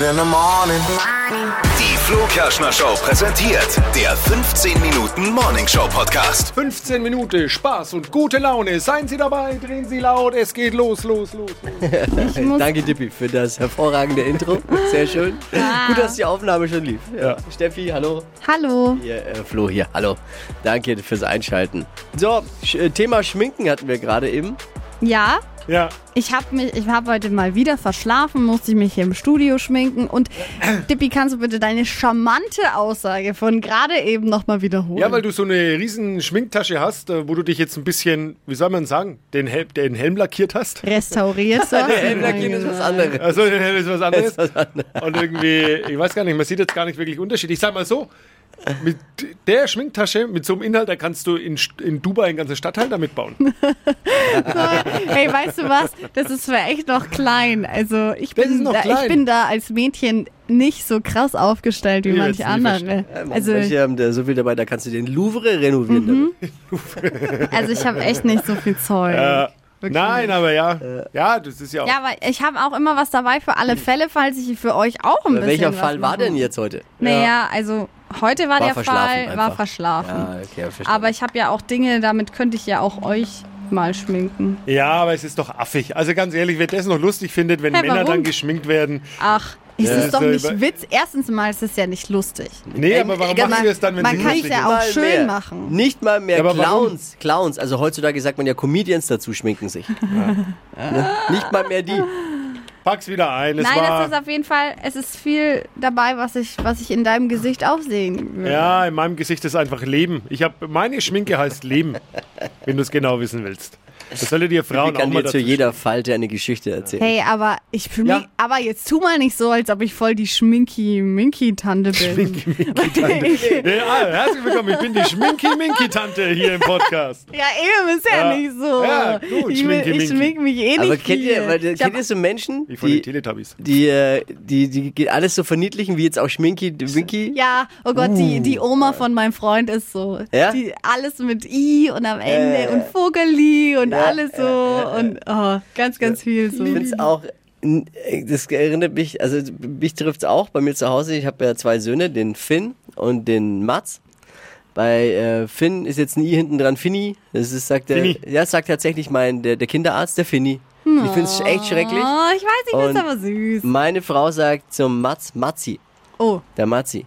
in the morning. Die Flo Kerschner Show präsentiert der 15 Minuten Morning Show Podcast. 15 Minuten Spaß und gute Laune. Seien Sie dabei, drehen Sie laut, es geht los, los, los. Danke, Dippi, für das hervorragende Intro. Sehr schön. Ah. Gut, dass die Aufnahme schon lief. Ja. Steffi, hallo. Hallo. Hier, äh, Flo hier, hallo. Danke fürs Einschalten. So, Sch äh, Thema Schminken hatten wir gerade eben. Ja, Ja, ich habe mich, ich habe heute mal wieder verschlafen, musste ich mich hier im Studio schminken und Dippi, kannst du bitte deine charmante Aussage von gerade eben nochmal wiederholen? ja weil du so eine riesen Schminktasche hast, äh, wo du dich jetzt ein bisschen, wie soll man sagen, den, Hel den Helm lackiert hast. restauriert so. Der Äh, Helmlackier ist was anderes. Also den Helm ist was anderes. Und irgendwie, ich weiß gar nicht, man sieht jetzt gar nicht wirklich Unterschied. Ich sag mal so, mit der Schminktasche, mit so einem Inhalt, da kannst du in, St- in Dubai einen ganzen Stadtteil damit bauen. Hey, weißt du was? Das ist für echt noch klein. Also ich Das ist bin, noch da, klein. ich bin da als Mädchen nicht so krass aufgestellt wie Ich manche will's nie andere. Also, Manche haben da ähm, so viel dabei, da kannst du den Louvre renovieren. Mhm, Äh, damit. also ich habe echt nicht so viel Zeug. Äh, Wirklich nein, aber ja. Ja, das ist ja auch. Ja, aber ich habe auch immer was dabei für alle Fälle, falls ich für euch auch ein bisschen Welcher was Fall war mache. denn jetzt heute? Naja, also heute War war, der verschlafen Fall, war einfach. verschlafen. Ah, okay, verstehe. Aber ich habe ja auch Dinge, damit könnte ich ja auch euch mal schminken. Ja, aber es ist doch affig. Also ganz ehrlich, wer das noch lustig findet, wenn Hä, Männer warum? dann geschminkt werden. Ach, es Ja, ist doch so nicht über- Witz. Erstens mal ist es ja nicht lustig. Nee, aber warum egal, machen wir es dann, wenn Äh, man sie kann lustig es ja ist? auch Mal schön mehr. machen. Nicht mal mehr Ja, aber warum? Clowns. Clowns. Also heutzutage sagt man ja Comedians dazu schminken sich. Ne? Nicht mal mehr die. Pack's wieder ein. Es Nein, war, das ist auf jeden Fall, es ist viel dabei, was ich, was ich in deinem Gesicht auch sehen würde. ja, in meinem Gesicht ist einfach Leben. Ich habe meine Schminke heißt Leben, wenn du es genau wissen willst. Das solltet ihr Ich Frauen auch kann mal dir zu dazu jeder Falte eine Geschichte erzählen. Hey, aber ich fühle Ja. mich, aber jetzt tu mal nicht so, als ob ich voll die Schminky-Minky-Tante bin. stellen. Nee, ah, herzlich willkommen, ich bin die Schminki-Minki-Tante hier im Podcast. Ja, eben ist ja, Ja. nicht so. Ja, gut, Also ich, bin- Schminki, Minki. ich schmink mich eh nicht Aber kennt viel. ihr, weil, äh, ich kennt hab ihr so Menschen, Ich von den die, Teletubbies. die, äh, die, die, die alles so verniedlichen, wie jetzt auch Schminky, Winky? Ja, oh Gott, die, die Oma von meinem Freund ist so. Ja? Die, alles mit I und am Ende und Vogeli und alles so und oh, ganz, ganz viel so. Oh, Ich finde es auch, n- äh, das erinnert mich, also mich trifft es auch bei mir zu Hause. Ich habe ja zwei Söhne, den Finn und den Mats. Bei äh, Finn ist jetzt ein I hinten dran, Finny. Das ist, sagt der, Finny. ja, sagt tatsächlich mein, der, der Kinderarzt, der Finny. Ich finde es echt schrecklich. Oh, ich weiß, ich finde Und- es aber süß. Meine Frau sagt zum Mats, Matzi. Oh, Der Matzi.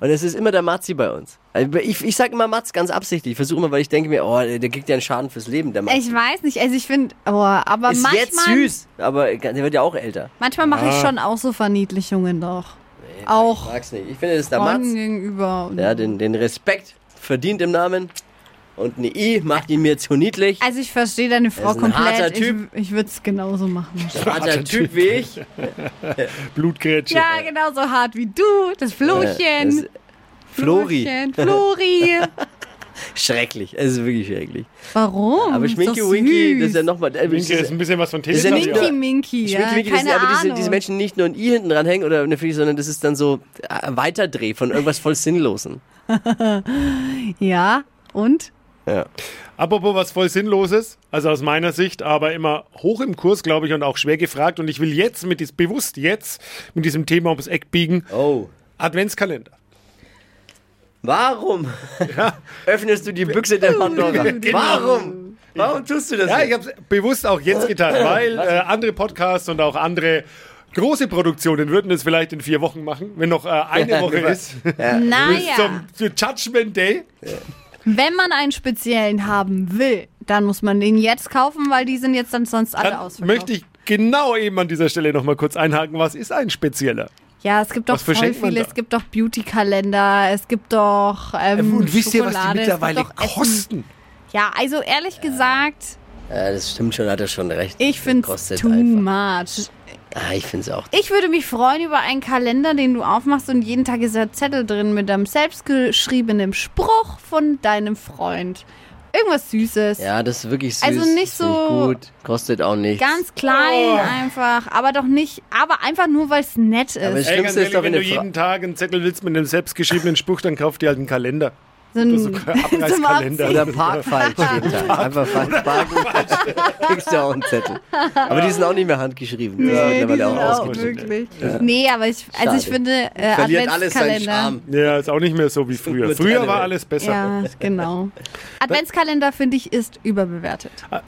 Und es ist immer der Matzi bei uns. Also Ich, ich sage immer Matz ganz absichtlich. Ich versuche immer, weil ich denke mir, oh, der kriegt ja einen Schaden fürs Leben, der Matz. ich weiß nicht. Also ich finde, oh, aber ist manchmal, jetzt süß, Ah. aber der wird ja auch älter. manchmal mache ich schon auch so Verniedlichungen doch. auch Mag's nicht. Ich finde, das ist der Freunden Matz. gegenüber. und- Ja, den, den Respekt verdient im Namen. Und eine I macht ihn mir zu niedlich. Also ich verstehe deine Frau ist ein harter komplett. Typ. Ich, ich würde es genauso machen. Harter Typ wie ich. Blutgrätsche. Ja, genauso hart wie du. Das Äh, Flochen. das- Flori. Florchen, Flori. Schrecklich. Es ist wirklich schrecklich. Warum? Aber Ist doch Schminky Winky, das ist ja Hm, süß. nochmal. Äh, Minki ist ein bisschen was von ist ja Teletubbies. ja. nicht Minky nur- Minky, ja. Schminky, Winky, das Keine sind aber diese, Ahnung. diese Menschen nicht nur ein I hinten dran hängen oder eine Fliege, sondern das ist dann so ein Weiterdreh von irgendwas voll Sinnlosen. Ja, und? Ja. Apropos was voll Sinnloses, also aus meiner Sicht, aber immer hoch im Kurs, glaube ich, und auch schwer gefragt. Und ich will jetzt mit dies, bewusst jetzt mit diesem Thema ums Eck biegen. Oh. Adventskalender. Warum öffnest du die Büchse der Pandora? Warum? Warum tust du das? Ja, ich jetzt? habe es bewusst auch jetzt getan, weil äh, andere Podcasts und auch andere große Produktionen würden es vielleicht in vier Wochen machen, wenn noch äh, eine Ja, Woche genau. ist Ah, bis Naja, zum Judgment Day. wenn man einen speziellen haben will, dann muss man den jetzt kaufen, weil die sind jetzt dann sonst alle Dann ausverkauft. möchte ich genau eben an dieser Stelle nochmal kurz einhaken, was ist ein spezieller? ja, es gibt doch Was voll verschenkt man viele. da? Es gibt doch Beauty-Kalender, es gibt doch Äh, ähm, Hm, und wisst ihr, was die Schokolade, es gibt mittlerweile doch Essen. kosten? Ja, also ehrlich gesagt, Ja, das stimmt schon, hat er schon recht. ich Das finde es kostet too einfach. much. Ah, ich finde es auch. Ich würde mich freuen über einen Kalender, den du aufmachst und jeden Tag ist ein Zettel drin mit einem selbstgeschriebenen Spruch von deinem Freund. Irgendwas Süßes. Ja, das ist wirklich süß. Also nicht das find ich so- gut. Kostet auch nichts. Ganz klein Oh. einfach, aber doch nicht, aber einfach nur, weil es nett Aber ist. es- Ey, Schlimmste ganz ehrlich, ist doch, wenn wenn du eine Fra- jeden Tag einen Zettel willst mit einem selbstgeschriebenen Spruch, dann kauf dir halt einen Kalender. So ein, so ein Abreißkalender. Abziehen. Oder Park falsch steht da. Einfach falsch parken. Kriegst du auch einen Zettel. Aber die sind auch nicht mehr handgeschrieben. Die sind Nee, die sind mittlerweile auch auch ausgedruckt. möglich. Nee, aber ich, also ich Schade. finde äh, Verliert alles seinen Adventskalender. Charme. Ja, ist auch nicht mehr so wie früher. Mit Früher Anime. war alles besser. Ja, genau. Adventskalender finde ich ist überbewertet. Ah.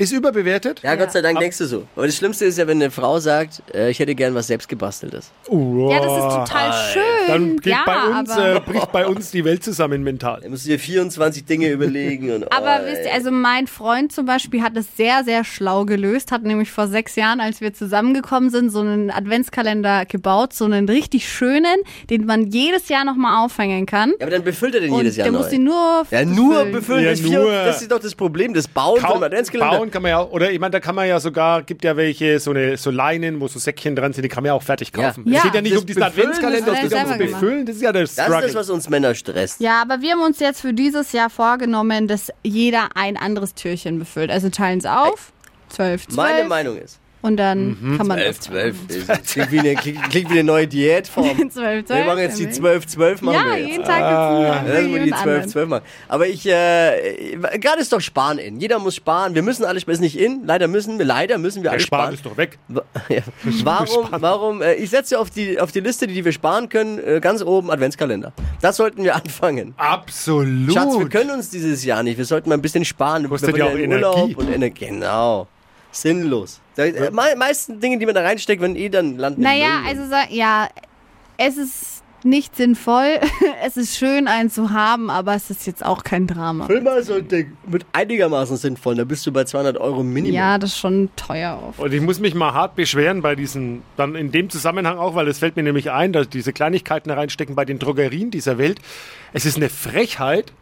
Ist überbewertet? Ja, Gott sei Dank denkst du so. Aber das Schlimmste ist ja, wenn eine Frau sagt, äh, ich hätte gern was selbstgebasteltes. Uah. Ja, das ist total schön. Dann geht ja, bei uns, aber, äh, bricht bei uns die Welt zusammen mental. Da musst du dir 24 Dinge überlegen. Und, aber oh, wisst ey. ihr, also mein Freund zum Beispiel hat es sehr, sehr schlau gelöst, hat nämlich vor sechs Jahren, als wir zusammengekommen sind, so einen Adventskalender gebaut, so einen richtig schönen, den man jedes Jahr nochmal aufhängen kann. ja, aber dann befüllt er den jedes Und Jahr der neu. muss ihn nur ja, nur befüllen. befüllen. Ja, ist vier, nur. das ist doch das Problem, das Bauen von Kaum, einem Adventskalender. bauen kann man ja, auch- oder ich meine, da kann man ja sogar, gibt ja welche, so, eine, so Leinen, wo so Säckchen dran sind, die kann man ja auch fertig Ja. kaufen. Ja. Es geht ja nicht Das um diesen Befüllen, Adventskalender, das es hat geht er ja ums selber gemacht. Befüllen, das ist ja der Das ist das, Struggle. was uns Männer stresst. Ja, aber wir haben uns jetzt für dieses Jahr vorgenommen, dass jeder ein anderes Türchen befüllt. Also teilen es auf. Zwölf, zwölf. Meine Mhm, Meinung ist. Und dann kann man. 11, 12. ist- Klingt wie eine, klingt, klingt wie eine neue Diätform. Zwölf, zwölf. Wir machen jetzt die 12, 12 machen Ja, wir jetzt. jeden Tag ah, Ja, Lass mal die 12, anderen. 12 machen. Aber ich, äh, gerade ist doch Sparen in. Jeder muss sparen. Wir müssen alle sparen. Ist nicht in. Leider müssen wir, leider müssen wir Der alle Sparen sparen. ist doch weg. Wa- Ja. Warum, warum, äh, ich setze auf die, auf die Liste, die wir sparen können, äh, ganz oben Adventskalender. Das sollten wir anfangen. Absolut. Schatz, wir können uns dieses Jahr nicht. Wir sollten mal ein bisschen sparen. Wir Kostet wollen ja in auch den Energie. Urlaub und Energie. Genau. Sinnlos. Da, äh, mei- meisten Dinge, die man da reinsteckt, wenn eh dann landen. Naja, in also sa- ja, es ist nicht sinnvoll. Es ist schön, einen zu haben, aber es ist jetzt auch kein Drama. Müll. Füll mal so ein Ding mit einigermaßen sinnvoll. Da bist du bei 200 Euro Minimum. Ja, das ist schon teuer auf. Und ich muss mich mal hart beschweren bei diesen, dann in dem Zusammenhang auch, weil es fällt mir nämlich ein, dass diese Kleinigkeiten da reinstecken bei den Drogerien dieser Welt. Es ist eine Frechheit,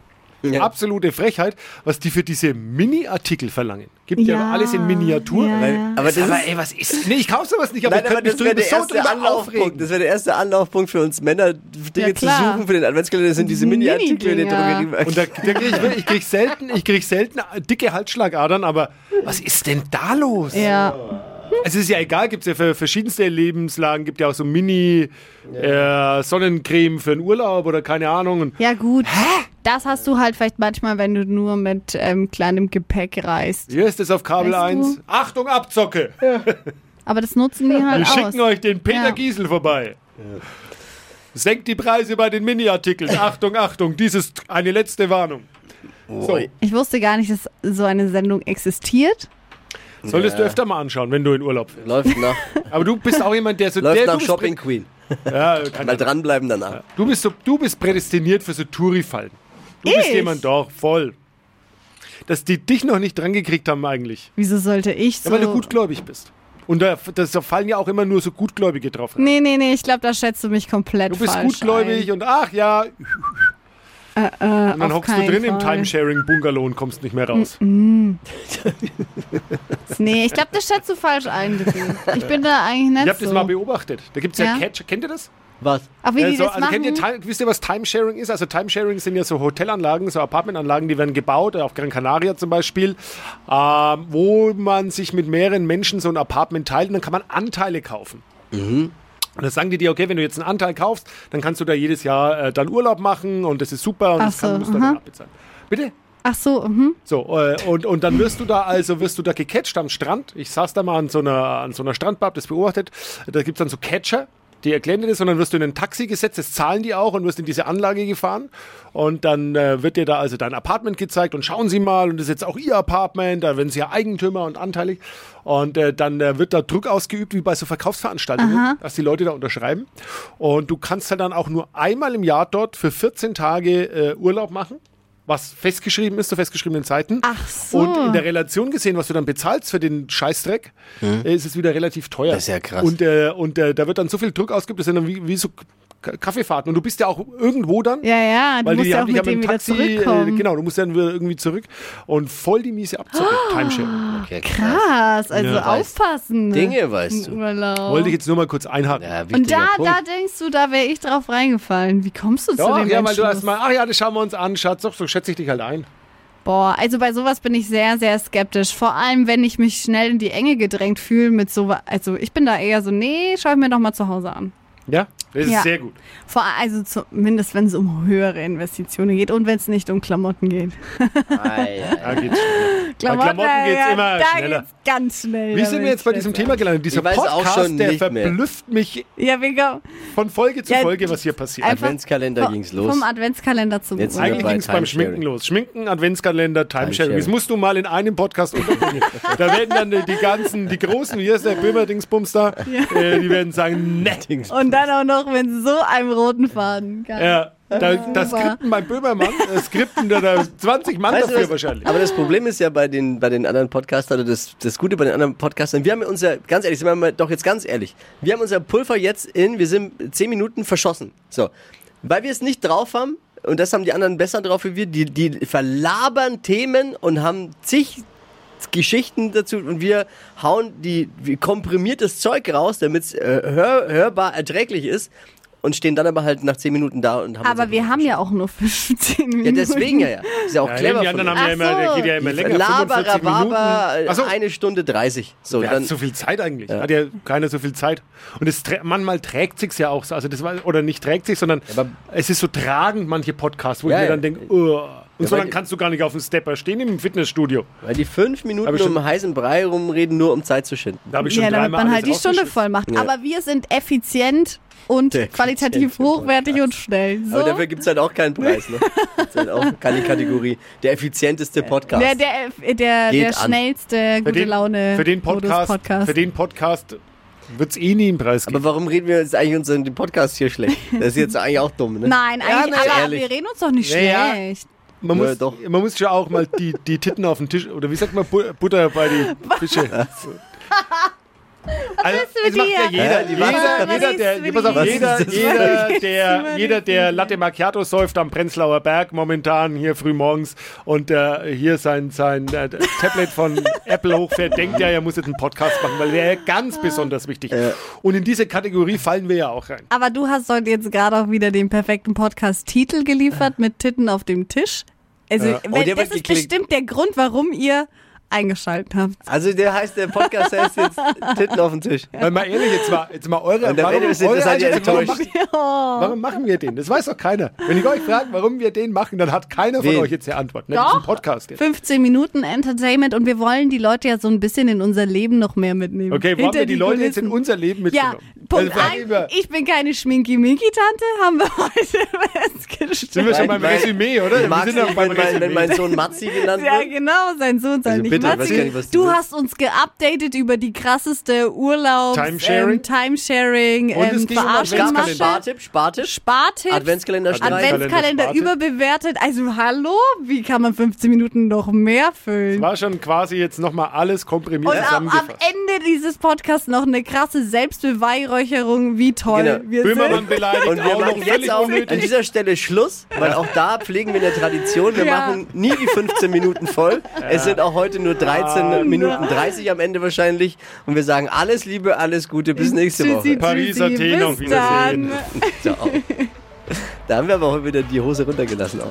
Ja. absolute Frechheit, was die für diese Mini-Artikel verlangen. Gibt ja, Ja, alles in Miniatur. ja. Weil, aber das Aber ist, ey, was ist. Nee, ich kauf sowas nicht, aber Nein, ich aber könnte mich das drüber wäre der so erste drüber Anlaufpunkt. aufregen. Das wäre der erste Anlaufpunkt für uns Männer, Dinge Ja, zu klar. suchen für den Adventskalender, sind diese Mini- Mini-Artikel in den Dinger. Drogerien. Und da, da krieg ich, wirklich- ich krieg selten, ich krieg selten dicke Halsschlagadern, aber was ist denn da los? Ja, Also es ist ja egal, gibt es ja für verschiedenste Lebenslagen, gibt ja auch so Mini äh, Sonnencreme für den Urlaub oder keine Ahnung. Und ja gut. Das hast du halt vielleicht manchmal, wenn du nur mit ähm, kleinem Gepäck reist. hier ist es auf Kabel Weißt 1. Achtung, Abzocke! Aber das nutzen die Wir halt aus. schicken euch den Peter Ja. Giesel vorbei. Senkt die Preise bei den Mini-Artikeln. Achtung, Achtung, dies ist eine letzte Warnung. So, Ich wusste gar nicht, dass so eine Sendung existiert. solltest du öfter mal anschauen, wenn du in Urlaub fährst. Läuft nach, Aber du bist auch jemand, der so läuft der, nach du bist Shopping Queen. prä- Ja, keine Mal Ahnung. dranbleiben danach. du bist so, du bist prädestiniert für so Touri-Fallen. Du bist Ich? jemand doch voll. Dass die dich noch nicht dran gekriegt haben eigentlich. Wieso sollte ich so? Ja, weil du gutgläubig bist. Und da, das, da fallen ja auch immer nur so Gutgläubige drauf. rein. nee, nee, nee, ich glaube, da schätzt du mich komplett Du bist falsch gutgläubig und ach ja, und Ein. Äh, dann auf hockst du keinen drin im Fall. Timesharing-Bungalow und kommst nicht mehr raus. Nee, ich glaube, das schätzt du falsch ein. Dippi. Ich bin da eigentlich nicht Ihr habt so. das mal beobachtet. Da gibt es ja, Ja. Catch. Kennt ihr das? Was? Aber wie Äh, die so, das also machen? kennt ihr, Ti- wisst ihr, was Timesharing ist? Also Timesharing sind ja so Hotelanlagen, so Apartmentanlagen, die werden gebaut, äh, auf Gran Canaria zum Beispiel, ähm, wo man sich mit mehreren Menschen so ein Apartment teilt und dann kann man Anteile kaufen. Und dann sagen die dir, okay, wenn du jetzt einen Anteil kaufst, dann kannst du da jedes Jahr äh, dann Urlaub machen und das ist super und Ach das kann, so, musst du dann aha. abbezahlen. Bitte? Ach so, mhm. So, äh, und, und dann wirst du da also, wirst du da gecatcht am Strand. Ich saß da mal an so einer, an so einer Strandbar, hab das beobachtet. Da gibt's dann so Catcher, die erklären dir das und dann wirst du in ein Taxi gesetzt, das zahlen die auch und wirst in diese Anlage gefahren. Und dann äh, wird dir da also dein Apartment gezeigt und schauen sie mal und das ist jetzt auch ihr Apartment, da werden sie ja Eigentümer und anteilig. Und äh, dann äh, wird da Druck ausgeübt, wie bei so Verkaufsveranstaltungen, dass die Leute da unterschreiben. Und du kannst ja dann auch nur einmal im Jahr dort für 14 Tage äh, Urlaub machen was festgeschrieben ist zu festgeschriebenen Zeiten. Ach so. Und in der Relation gesehen, was du dann bezahlst für den Scheißdreck, äh, ist es wieder relativ teuer. Das ist ja krass. Und, äh, und äh, da wird dann so viel Druck ausgeübt, das sind dann wie, wie so K- Kaffeefahrten. Und du bist ja auch irgendwo dann. Ja, ja, du Weil musst die ja haben auch dich ja mit mit dem dem wieder Taxi, zurückkommen. äh, genau, du musst dann wieder irgendwie zurück und voll die miese Abzocke, Ah. Timeshare. Okay, Oh, Krass, also Ja. aufpassen. ne? Dinge weißt Im du. Urlaub. Wollte ich jetzt nur mal kurz einhaken. Ja, Und da, wichtiger Punkt. da denkst du, da wäre ich drauf reingefallen. Wie kommst du zu Doch, dem ja, weil du Entschluss? erstmal, ach ja, das schauen wir uns an, Schatz, doch, so schätze ich dich halt ein. Boah, also bei sowas bin ich sehr, sehr skeptisch. Vor allem, wenn ich mich schnell in die Enge gedrängt fühle mit sowas. Also ich bin da eher so, nee, schau ich mir doch mal zu Hause an. Ja? Das Ja. ist sehr gut. Vor also zumindest, wenn es um höhere Investitionen geht und wenn es nicht um Klamotten geht. Ah, Ei, ei. Da geht's schneller. Klamotten geht's ja, immer da schneller. Geht's ganz schnell. Wie da sind wir wird's jetzt bei diesem schneller. Thema gelandet? Dieser weiß auch Podcast, schon der nicht mehr. verblüfft mich Ja, mega. von Folge zu Ja, Folge, was hier passiert. einfach- Adventskalender Vom- ging's los. Vom Adventskalender zum Jetzt Urlaub. sind Eigentlich bei ging es beim Timesharing. Schminken los. Schminken, Adventskalender, Timesharing. Timesharing. Das musst du mal in einem Podcast unterbringen. da werden dann die die ganzen, die großen, wie heißt der Böhmer Dingsbums da, äh, die werden sagen, ne. Und dann auch noch mit so einem roten Faden. Geil. Ja, da, das Skripten beim Böhmermann, das Skripten da, da 20 Mann Weißt du dafür was? wahrscheinlich. Aber das Problem ist ja bei den, bei den anderen Podcastern, oder das, das Gute bei den anderen Podcastern, wir haben uns ja, ganz ehrlich, sind wir mal doch jetzt ganz ehrlich, wir haben unser Pulver jetzt in, wir sind 10 Minuten verschossen. So. Weil wir es nicht drauf haben, und das haben die anderen besser drauf wie wir, die, die verlabern Themen und haben zig Geschichten dazu und wir hauen die wir komprimiertes Zeug raus, damit es äh, hör, hörbar erträglich ist und stehen dann aber halt nach 10 Minuten da und haben Aber unser wir Pulver haben ja auch nur 15 Minuten. ja, deswegen ja, ja. Ist ja auch Ja, clever. die von anderen haben uns. ja immer, Ach so. der geht ja immer uns. länger, 45 Minuten. Laberababa, Ach so, äh, eine Stunde 30. So, Wer dann, hat so viel Zeit eigentlich? Hat ja keiner so viel Zeit. Und es trä- manchmal trägt sich's ja auch so. Also das war, oder nicht trägt sich, sondern aber- es ist so tragend, manche Podcasts, wo Ja, ich mir ja. dann denke, oh. Und so weil- lange kannst du gar nicht auf dem Stepper stehen im Fitnessstudio. weil die fünf Minuten Aber stimmt. um heißen Brei rumreden, nur um Zeit zu schinden. Da habe ich schon ja, damit dreimal man alles halt die Stunde rausgeschnitten. voll macht. Ja. Aber wir sind effizient und Effizient qualitativ im hochwertig Podcast. und schnell. So. Aber dafür gibt es halt auch keinen Preis. Ne? Gibt's halt auch keine Kategorie. Der effizienteste Podcast. der, der, der, der Geht an. schnellste Für gute den, Laune für den Modus Podcast, Für den Podcast wird es eh nie einen Preis geben. aber warum reden wir jetzt eigentlich unseren den Podcast hier schlecht? Das ist jetzt eigentlich auch dumm, ne? Nein, Ja, eigentlich, na, aber ehrlich. wir reden uns doch nicht Naja. schlecht. man, Ja, muss, doch. man muss ja auch mal die, die Titten auf den Tisch, oder wie sagt man, Bu- Butter bei die Fische. Was also, ist mit das macht ja dir? jeder, Ja, die jeder, was- jeder, was der, ist mit pass dir? auf, jeder, Was ist das jeder, denn? der, jeder, der Latte Macchiato säuft am Prenzlauer Berg momentan hier früh morgens und äh, hier sein, sein äh, Tablet von Apple hochfährt, denkt ja, er muss jetzt einen Podcast machen, weil der ganz besonders wichtig. Und in diese Kategorie fallen wir ja auch rein. Aber du hast heute jetzt gerade auch wieder den perfekten Podcast-Titel geliefert mit Titten auf dem Tisch. Also, Ja. wenn, Oh, der das wird ist geklickt. bestimmt der Grund, warum ihr eingeschaltet habt. Also der heißt, der Podcast heißt jetzt Titten auf den Tisch. Weil mal ehrlich, jetzt mal, jetzt mal eure, Und am Ende sind wir eure halt Einschätzung, warum, enttäuscht. machen- warum machen wir den? Das weiß doch keiner. Wenn ich euch frage, warum wir den machen, dann hat keiner von Wen? euch jetzt die Antwort. Ne? Doch. Diesen Podcast jetzt. 15 Minuten Entertainment und wir wollen die Leute ja so ein bisschen in unser Leben noch mehr mitnehmen. Okay, wo haben Hinter wir die Leute jetzt in Kulissen. unser Leben Ja, mitgenommen? Punkt Also, eins. wir- ich bin keine Schminki-Minki-Tante, haben wir heute sind wir festgestellt. schon beim Weil- Resümee, oder? Wir Magst sind du ja nicht, wenn, mein, wenn mein Resümee. Sohn Matzi genannt Ja, wird? genau, sein Sohn soll Also nicht bitte, ich weiß Matzi. gar nicht, was du du willst. hast uns geupdatet über die krasseste Urlaubs Timesharing? Ähm, Timesharing Und es ähm, ging um Adventskalender. Verarschungsmasche. Spartipp, Spartisch. Spartipp. Adventskalender streichen. Adventskalender Spartipp. überbewertet. Also hallo, wie kann man 15 Minuten noch mehr füllen? War schon quasi jetzt nochmal alles komprimiert Und am, am zusammengefasst. Ende dieses Podcasts noch eine krasse Selbstbeweihräucherung, wie toll Genau. wir Böhmermann sind. beleidigt Und wir auch machen noch jetzt völlig auch an unnötig. dieser Stelle Schluss, weil auch da pflegen wir eine Tradition. Wir Ja. machen nie die 15 Minuten voll. Es sind auch heute nur 13 Ah, Minuten 30 am Ende wahrscheinlich. Und wir sagen alles Liebe, alles Gute, bis nächste Tschüssi, Woche. Pariser tschüssi, Tee, bis auf Wiedersehen. dann. So. Da haben wir aber heute wieder die Hose runtergelassen. Auch.